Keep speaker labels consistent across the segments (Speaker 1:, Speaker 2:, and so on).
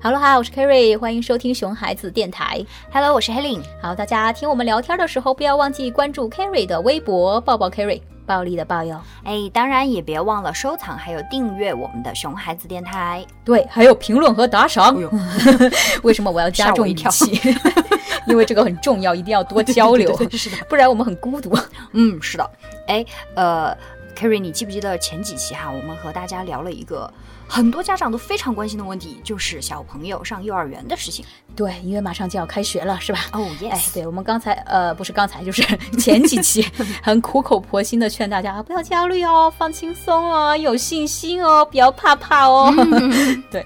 Speaker 1: Hello，嗨，我是 Kerry，欢迎收听熊孩子电台。
Speaker 2: Hello，我是 Helen。
Speaker 1: 好，大家听我们聊天的时候，不要忘记关注 Kerry 的微博“抱抱 Kerry”，暴力的抱哟。
Speaker 2: 哎，当然也别忘了收藏还有订阅我们的熊孩子电台。
Speaker 1: 对，还有评论和打赏。
Speaker 2: 哎呦
Speaker 1: 为什么我要加重语
Speaker 2: 吓我
Speaker 1: 气？ 因为这个很重要，一定要多交流，
Speaker 2: 对对对对是的，
Speaker 1: 不然我们很孤独。
Speaker 2: 嗯，是的。哎，呃，Kerry，你记不记得前几期哈，我们和大家聊了一个很多家长都非常关心的问题，就是小朋友上幼儿园的事情。
Speaker 1: 对，因为马上就要开学了，是吧？
Speaker 2: 哦、
Speaker 1: 哎
Speaker 2: yes，，
Speaker 1: 对，我们刚才呃，不是刚才，就是 前几期， 很苦口婆心的劝大家啊，不要焦虑哦，放轻松哦，有信心哦，不要怕怕哦。 对，
Speaker 2: 哎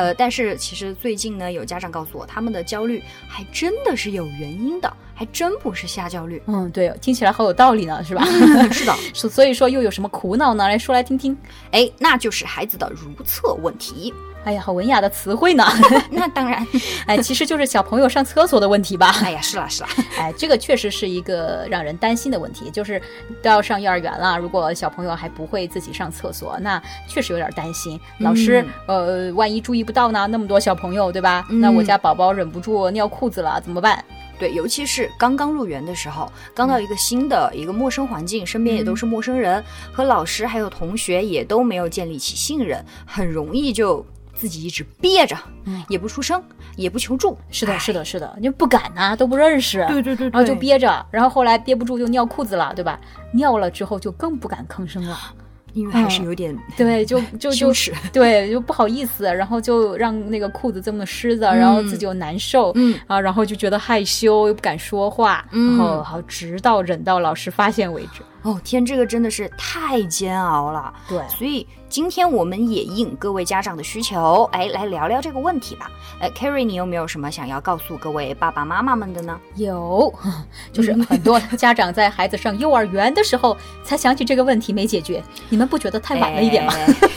Speaker 2: 呃，但是其实最近呢，有家长告诉我，他们的焦虑还真的是有原因的，还真不是瞎焦虑。
Speaker 1: 嗯，对，听起来好有道理呢，是吧？
Speaker 2: 是的，
Speaker 1: 所所以说又有什么苦恼呢？来说来听听。
Speaker 2: 哎，那就是孩子的如厕问题。
Speaker 1: 哎呀，好文雅的词汇呢！
Speaker 2: 那当然，
Speaker 1: 哎，其实就是小朋友上厕所的问题吧。
Speaker 2: 哎呀，是啦是啦，
Speaker 1: 哎，这个确实是一个让人担心的问题，就是都要上幼儿园了，如果小朋友还不会自己上厕所，那确实有点担心。
Speaker 2: 嗯
Speaker 1: 老师，呃，万一注意不到呢？那么多小朋友，对吧？那我
Speaker 2: 嗯
Speaker 1: 家宝宝忍不住尿裤子了，怎么办？
Speaker 2: 对，尤其是刚刚入园的时候，刚
Speaker 1: 嗯
Speaker 2: 到一个新的、一个陌生环境，身边也都是陌生人，和老师还有同学也都没有建立起信任，很容易就自己一直憋着，
Speaker 1: 嗯
Speaker 2: 也不出声，也不求助。
Speaker 1: 是的，
Speaker 2: 哎
Speaker 1: 是的，是的，就不敢呐、都不认识。
Speaker 2: 对对对
Speaker 1: 然后就。憋着，然后后来憋不住就尿裤子了，对吧？尿了之后就更不敢吭声了，
Speaker 2: 因为还是
Speaker 1: 嗯
Speaker 2: 有点
Speaker 1: 对，就就
Speaker 2: 哦羞
Speaker 1: 就
Speaker 2: 耻。
Speaker 1: 对，就不好意思，然后就让那个裤子这么湿的，然后自己又难受，
Speaker 2: 嗯
Speaker 1: 啊，然后就觉得害羞，又不敢说话，
Speaker 2: 嗯
Speaker 1: 然后好直到忍到老师发现为止。
Speaker 2: 哦天，这个真的是太煎熬了。
Speaker 1: 对，
Speaker 2: 所以今天我们也应各位家长的需求，哎，来聊聊这个问题吧。呃，Carrie，你有没有什么想要告诉各位爸爸妈妈们的呢？
Speaker 1: 有， 就是
Speaker 2: 嗯
Speaker 1: 很多家长在孩子上幼儿园的时候才想起这个问题没解决，你们不觉得太晚了一点吗？
Speaker 2: 哎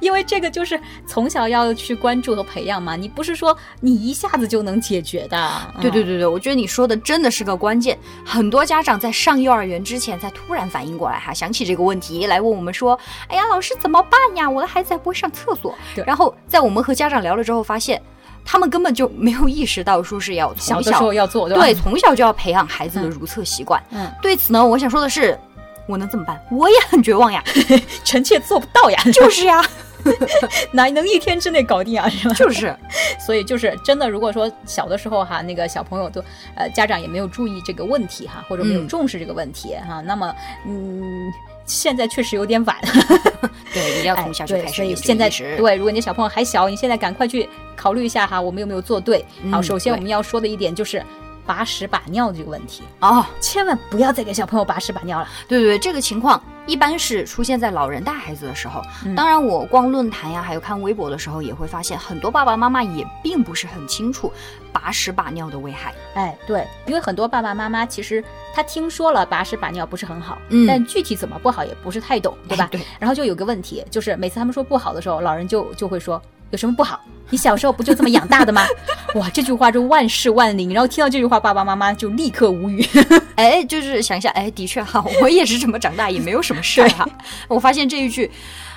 Speaker 1: 因为这个就是从小要去关注和培养嘛，你不是说你一下子就能解决的。
Speaker 2: 对对
Speaker 1: 嗯，
Speaker 2: 对对，我觉得你说的真的是个关键。很多家长在上幼儿园之前才突然反应过来哈，想起这个问题来问我们说：“哎呀，老师怎么办呀？我的孩子还不会上厕所。
Speaker 1: 对”
Speaker 2: 然后在我们和家长聊了之后，发现他们根本就没有意识到说是要
Speaker 1: 小
Speaker 2: 从
Speaker 1: 的
Speaker 2: 小
Speaker 1: 时候要做，对吧？
Speaker 2: 对从小就要培养孩子的如厕习惯。
Speaker 1: 嗯，
Speaker 2: 对此呢，我想说的是，我能怎么办？我也很绝望呀，
Speaker 1: 臣妾做不到呀，
Speaker 2: 就是呀，
Speaker 1: 哪能一天之内搞定啊？是吧？
Speaker 2: 就是，
Speaker 1: 所以就是真的，如果说小的时候哈，那个小朋友都呃家长也没有注意这个问题哈，或者没有
Speaker 2: 嗯
Speaker 1: 重视这个问题哈，那么嗯。现在确实有点晚，
Speaker 2: 对，一定要从小就
Speaker 1: 哎
Speaker 2: 开
Speaker 1: 对
Speaker 2: 始
Speaker 1: 所
Speaker 2: 有
Speaker 1: 以
Speaker 2: 这个
Speaker 1: 现在
Speaker 2: 意识
Speaker 1: 对，如果你小朋友还小，你现在赶快去考虑一下哈，我们有没有做对？
Speaker 2: 嗯
Speaker 1: 好，首先
Speaker 2: 对
Speaker 1: 我们要说的一点就是把屎把尿这个问题，
Speaker 2: 哦，
Speaker 1: 千万不要再给小朋友把屎把尿了。
Speaker 2: 对对，对，这个情况一般是出现在老人带孩子的时候。
Speaker 1: 嗯
Speaker 2: 当然，我逛论坛呀，还有看微博的时候，也会发现很多爸爸妈妈也并不是很清楚把屎把尿的危害。
Speaker 1: 哎，对，因为很多爸爸妈妈其实他听说了把屎把尿不是很好，
Speaker 2: 嗯
Speaker 1: 但具体怎么不好也不是太懂，对吧？
Speaker 2: 哎对，
Speaker 1: 然后就有个问题，就是每次他们说不好的时候，老人就就会说有什么不好？你小时候不就这么养大的吗？ 哇，这句话就万试万灵。然后听到这句话，爸爸妈妈就立刻无语。
Speaker 2: 哎，就是想一下，哎，的确哈，我也是这么长大，也没有什么事儿 哈。我发现这一句，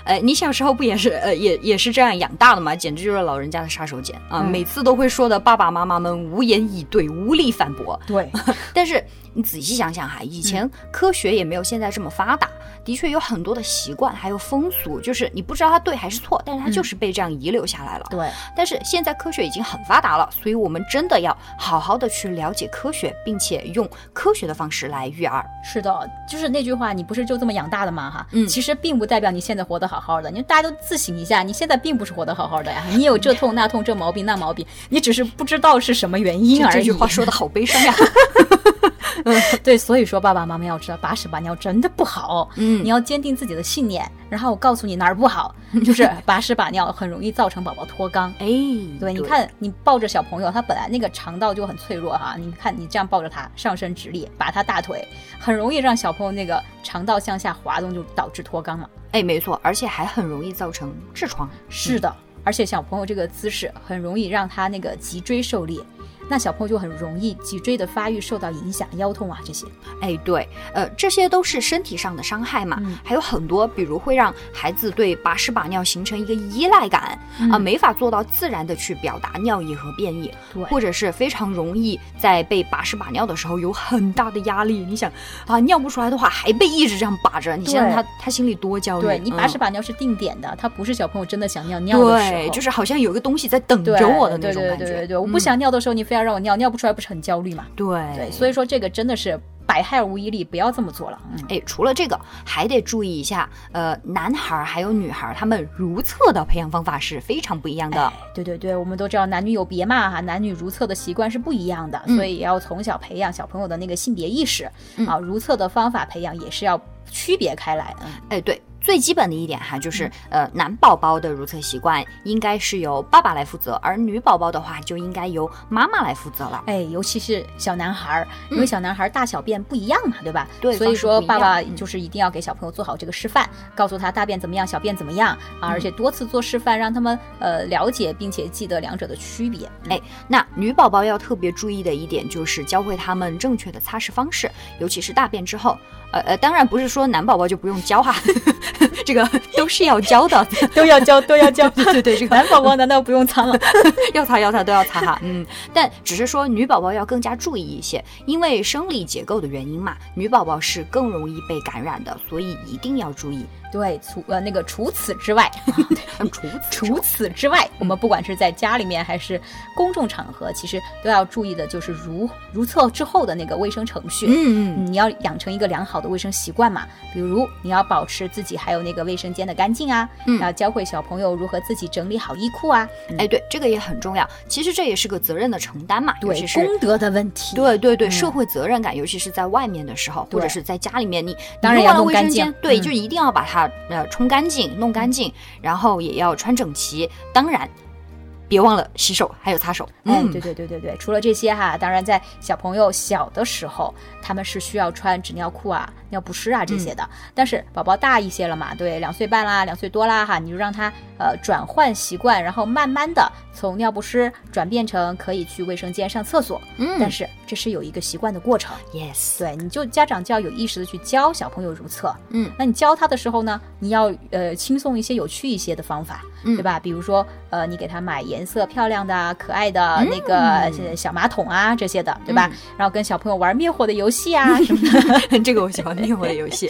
Speaker 2: 呃，你小时候不也是呃也也是这样养大的吗？简直就是老人家的杀手锏啊！
Speaker 1: 嗯
Speaker 2: 每次都会说的，爸爸妈妈们无言以对，无力反驳。
Speaker 1: 对，
Speaker 2: 但是你仔细想想
Speaker 1: 嗯
Speaker 2: 哈，以前科学也没有现在这么发达，的确有很多的习惯还有风俗，就是你不知道它对还是错，但是它
Speaker 1: 嗯
Speaker 2: 就是被这样遗留下来了。
Speaker 1: 对，
Speaker 2: 但是现在科学已经很发达了，所以我们真的要好好的去了解科学，并且用科学的方式来育儿。
Speaker 1: 是的，就是那句话，你不是就这么养大的吗？哈，
Speaker 2: 嗯
Speaker 1: 其实并不代表你现在活得好好的，你大家都自省一下，你现在并不是活得好好 的呀，你有这痛那痛这毛病那毛病，你只是不知道是什么原因
Speaker 2: 这
Speaker 1: 而已。
Speaker 2: 这句话说的好悲伤呀。
Speaker 1: 对，所以说爸爸妈妈要知道，把屎把尿真的不好。
Speaker 2: 嗯
Speaker 1: 你要坚定自己的信念，然后我告诉你哪儿不好， 就是把屎把尿很容易造成宝宝脱肛。
Speaker 2: 哎，
Speaker 1: 对，你，看你抱着小朋友，他本来那个肠道就很脆弱哈、你看你这样抱着他，上身直立，把他大腿，很容易让小朋友那个肠道向下滑动，就导致脱肛嘛。
Speaker 2: 哎，没错，而且还很容易造成痔疮。
Speaker 1: 是的，而且小朋友这个姿势很容易让他那个脊椎受力。那小朋友就很容易脊椎的发育受到影响，腰痛啊这些。
Speaker 2: 哎，对，呃，这些都是身体上的伤害嘛，
Speaker 1: 嗯
Speaker 2: 还有很多，比如会让孩子对把屎把尿形成一个依赖感啊、
Speaker 1: 嗯
Speaker 2: 没法做到自然的去表达尿意和便意，
Speaker 1: 对
Speaker 2: 或者是非常容易在被把屎把尿的时候有很大的压力。你想啊，尿不出来的话，还被一直这样把着，你
Speaker 1: 对
Speaker 2: 想想他他心里多焦虑。
Speaker 1: 对你把
Speaker 2: 嗯
Speaker 1: 屎把尿是定点的，它不是小朋友真的想尿尿的时候，
Speaker 2: 对，就是好像有一个东西在等
Speaker 1: 对
Speaker 2: 着我的那种感
Speaker 1: 对
Speaker 2: 觉。
Speaker 1: 对对对对，我不
Speaker 2: 嗯
Speaker 1: 想尿的时候，你非要让我尿，尿不出来不是很焦虑嘛？
Speaker 2: 对
Speaker 1: 对，所以说这个真的是百害而无一利，不要这么做了。嗯，
Speaker 2: 哎，除了这个，还得注意一下，呃，男孩儿还有女孩儿，他们如厕的培养方法是非常不一样的。
Speaker 1: 对对对，我们都知道男女有别嘛哈，男女如厕的习惯是不一样的，
Speaker 2: 嗯
Speaker 1: 所以也要从小培养小朋友的那个性别意识、
Speaker 2: 嗯
Speaker 1: 啊，如厕的方法培养也是要区别开来。嗯，
Speaker 2: 哎，对，最基本的一点哈，就是、呃，男宝宝的如厕习惯应该是由爸爸来负责，而女宝宝的话就应该由妈妈来负责了。
Speaker 1: 哎，尤其是小男孩儿，因
Speaker 2: 嗯
Speaker 1: 为小男孩儿大小便不一样嘛，对吧？
Speaker 2: 对
Speaker 1: 所以
Speaker 2: 方式
Speaker 1: 说
Speaker 2: 不一样
Speaker 1: 爸爸
Speaker 2: 嗯
Speaker 1: 就是一定要给小朋友做好这个示范，告诉他大便怎么样，小便怎么样啊，而且
Speaker 2: 嗯
Speaker 1: 多次做示范，让他们呃了解并且记得两者的区别。
Speaker 2: 哎那女宝宝要特别注意的一点就是教会他们正确的擦拭方式，尤其是大便之后。呃呃，当然不是说男宝宝就不用教哈， 这个都是要教的。
Speaker 1: 都要教，都要教。对对
Speaker 2: 对这 个
Speaker 1: 男宝宝难道不用擦吗？
Speaker 2: 要擦要擦都要擦哈，嗯，但只是说女宝宝要更加注意一些，因为生理结构的原因嘛，女宝宝是更容易被感染的，所以一定要注意。
Speaker 1: 对，除呃那个除此之外，
Speaker 2: 嗯，除此
Speaker 1: 除此之外，我们不管是在家里面还是公众场合，其实都要注意的就是如如厕之后的那个卫生程序。
Speaker 2: 嗯嗯
Speaker 1: 你要养成一个良好的卫生习惯嘛，比如你要保持自己还有那个卫生间的干净啊，
Speaker 2: 嗯
Speaker 1: 要教会小朋友如何自己整理好衣裤啊，
Speaker 2: 哎，对，这个也很重要。其实这也是个责任的承担嘛，尤
Speaker 1: 对
Speaker 2: 其是
Speaker 1: 功德的问题，
Speaker 2: 对对对，
Speaker 1: 嗯
Speaker 2: 社会责任感，尤其是在外面的时候，或者
Speaker 1: 对
Speaker 2: 是在家里面，你
Speaker 1: 当然
Speaker 2: 你用
Speaker 1: 要
Speaker 2: 完了
Speaker 1: 弄
Speaker 2: 卫
Speaker 1: 干
Speaker 2: 生
Speaker 1: 净
Speaker 2: 间，对，
Speaker 1: 嗯
Speaker 2: 就一定要把它呃冲干净、弄干净，然后也要穿整齐，当然别忘了洗手，还有擦手。
Speaker 1: 哎，
Speaker 2: 嗯
Speaker 1: 对，对对对对，除了这些哈，当然在小朋友小的时候，他们是需要穿纸尿裤啊、尿不湿啊这些的。
Speaker 2: 嗯
Speaker 1: 但是宝宝大一些了嘛，对，两岁半啦、两岁多啦哈，你就让他呃转换习惯，然后慢慢的从尿不湿转变成可以去卫生间上厕所。但
Speaker 2: 嗯
Speaker 1: 是这是有一个习惯的过程，
Speaker 2: ，yes。
Speaker 1: 对，你就家长就要有意识的去教小朋友如厕。
Speaker 2: 嗯，
Speaker 1: 那你教他的时候呢，你要呃轻松一些、有趣一些的方法，
Speaker 2: 嗯
Speaker 1: 对吧？比如说呃，你给他买颜色漂亮的啊、可爱的那个呃小马桶啊这些的，对吧？然后跟小朋友玩灭火的游戏啊什么的。
Speaker 2: 这个我喜欢灭火的游戏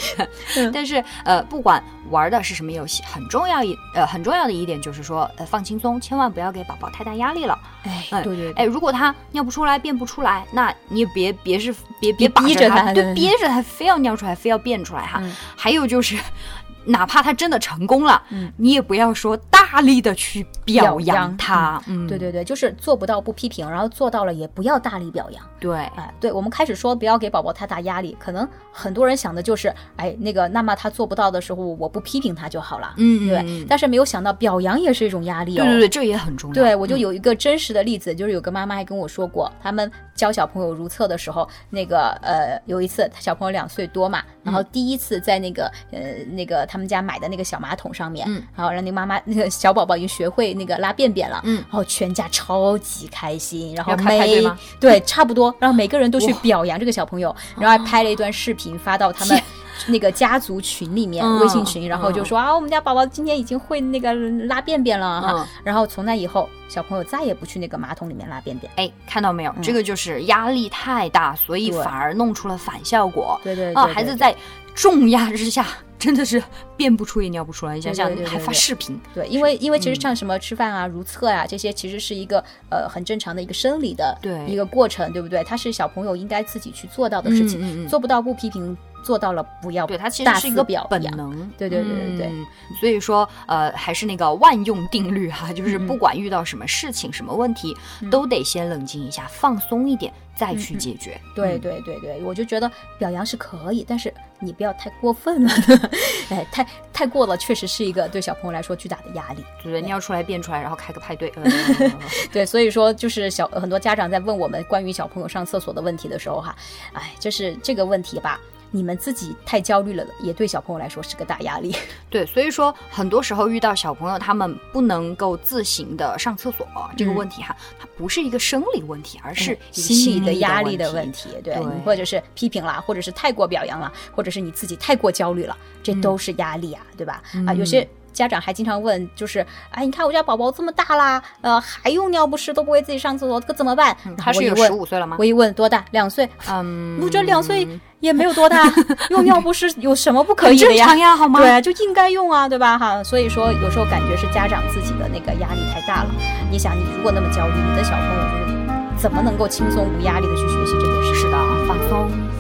Speaker 1: 嗯，
Speaker 2: 但是呃，不管玩的是什么游戏，很重要一呃很重要的一点就是说，呃，放轻松，千万不要给宝宝太大压力了。
Speaker 1: 哎
Speaker 2: 哎
Speaker 1: 对对对，
Speaker 2: 哎，如果他尿不出来、便不出来，那你也别别是别
Speaker 1: 别
Speaker 2: 别把
Speaker 1: 逼着
Speaker 2: 他，
Speaker 1: 他
Speaker 2: 对
Speaker 1: 对，
Speaker 2: 憋着他，非要尿出来，非要便出来哈。
Speaker 1: 嗯
Speaker 2: 还有就是，哪怕他真的成功了，
Speaker 1: 嗯
Speaker 2: 你也不要说大力的去表
Speaker 1: 表
Speaker 2: 扬
Speaker 1: 扬
Speaker 2: 他。嗯，
Speaker 1: 对对对，就是做不到不批评，然后做到了也不要大力表扬。
Speaker 2: 对，
Speaker 1: 哎，对，我们开始说不要给宝宝太大压力，可能很多人想的就是，哎，那个那么他做不到的时候，我不批评他就好了。
Speaker 2: 嗯，
Speaker 1: 对
Speaker 2: 嗯，
Speaker 1: 但是没有想到表扬也是一种压力哦。
Speaker 2: 对对对，这也很重要。
Speaker 1: 对，我就
Speaker 2: 嗯
Speaker 1: 有一个真实的例子，就是有个妈妈还跟我说过，他们教小朋友如厕的时候，那个呃，有一次小朋友两岁多嘛，然
Speaker 2: 嗯
Speaker 1: 后第一次在那个呃那个他们家买的那个小马桶上面，
Speaker 2: 嗯，
Speaker 1: 然后让那个妈妈那个小宝宝已经学会那个拉便便了，
Speaker 2: 嗯
Speaker 1: 然后全家超级开心，然后
Speaker 2: 要开派对
Speaker 1: 每
Speaker 2: 吗
Speaker 1: 对差不多，然后每个人都去表扬这个小朋友，然
Speaker 2: 哦
Speaker 1: 后还拍了一段视频发到他们
Speaker 2: 天。
Speaker 1: 那个家族群里面，
Speaker 2: 嗯
Speaker 1: 微信群，然后就
Speaker 2: 嗯
Speaker 1: 说啊，我们家宝宝今天已经会那个拉便便了哈，
Speaker 2: 嗯
Speaker 1: 然后从那以后，小朋友再也不去那个马桶里面拉便便。
Speaker 2: 哎，看到没有？
Speaker 1: 嗯
Speaker 2: 这个就是压力太大，所以
Speaker 1: 对
Speaker 2: 反而弄出了反效果。
Speaker 1: 对对
Speaker 2: 啊，孩子在重压之下，真的是便不出也尿不出来。你想想
Speaker 1: 对，对对
Speaker 2: 还发
Speaker 1: 对哦
Speaker 2: 视频，
Speaker 1: 对，因为因为
Speaker 2: 嗯
Speaker 1: 其实像什么吃饭啊、如厕啊这些，其实是一个呃很正常的一个生理的
Speaker 2: 对
Speaker 1: 一个过程，对不对？它是小朋友应该自己去做到的事情，
Speaker 2: 嗯嗯嗯
Speaker 1: 做不到不批评，做到了不要
Speaker 2: 对，它其
Speaker 1: 大
Speaker 2: 实是一
Speaker 1: 肆
Speaker 2: 个
Speaker 1: 表
Speaker 2: 本
Speaker 1: 扬。
Speaker 2: 能。
Speaker 1: 对对对对对
Speaker 2: 嗯所以说，呃，还是那个万用定律哈、就是
Speaker 1: 嗯嗯
Speaker 2: 不管遇到什么事情、什么问题，
Speaker 1: 嗯
Speaker 2: 都得先冷静一下，放松一点，再去
Speaker 1: 嗯嗯
Speaker 2: 解决。
Speaker 1: 对
Speaker 2: 嗯
Speaker 1: 对对对，我就觉得表扬是可以，但是你不要太过分了， 哎，太太过了，确实是一个对小朋友来说巨大的压力。
Speaker 2: 对对，尿出来便出来，然后开个派对。 呃
Speaker 1: 对，所以说就是小很多家长在问我们关于小朋友上厕所的问题的时候哈，哎，就是这个问题吧，你们自己太焦虑了，也对小朋友来说是个大压力。
Speaker 2: 对，所以说很多时候遇到小朋友他们不能够自行的上厕所这个问题哈，它不是一个生理问题，而是一个
Speaker 1: 嗯哎心理
Speaker 2: 的
Speaker 1: 压力
Speaker 2: 的
Speaker 1: 问题，对，
Speaker 2: 对
Speaker 1: 或者是批评啦，或者是太过表扬啦，或者是你自己太过焦虑了，这
Speaker 2: 嗯
Speaker 1: 都是压力啊，对吧？啊，有些。家长还经常问，就是，哎，你看我家宝宝这么大啦，呃，还用尿不湿都不会自己上厕所，可怎么办？然后
Speaker 2: 嗯他
Speaker 1: 我
Speaker 2: 是
Speaker 1: 一
Speaker 2: 有
Speaker 1: 问
Speaker 2: 十五岁了吗
Speaker 1: 我？一问多大，两 岁，
Speaker 2: 嗯，
Speaker 1: 我觉得两岁也没有多 大，用尿不湿有什么不可以的
Speaker 2: 正
Speaker 1: 呀？
Speaker 2: 常呀，好吗？
Speaker 1: 对啊，就应该用啊，对吧？哈，所以说有时候感觉是家长自己的那个压力太大了。你想，你如果那么焦虑，你的小朋友就是怎么能够轻松无压力的去学习这件事？
Speaker 2: 是的，放松。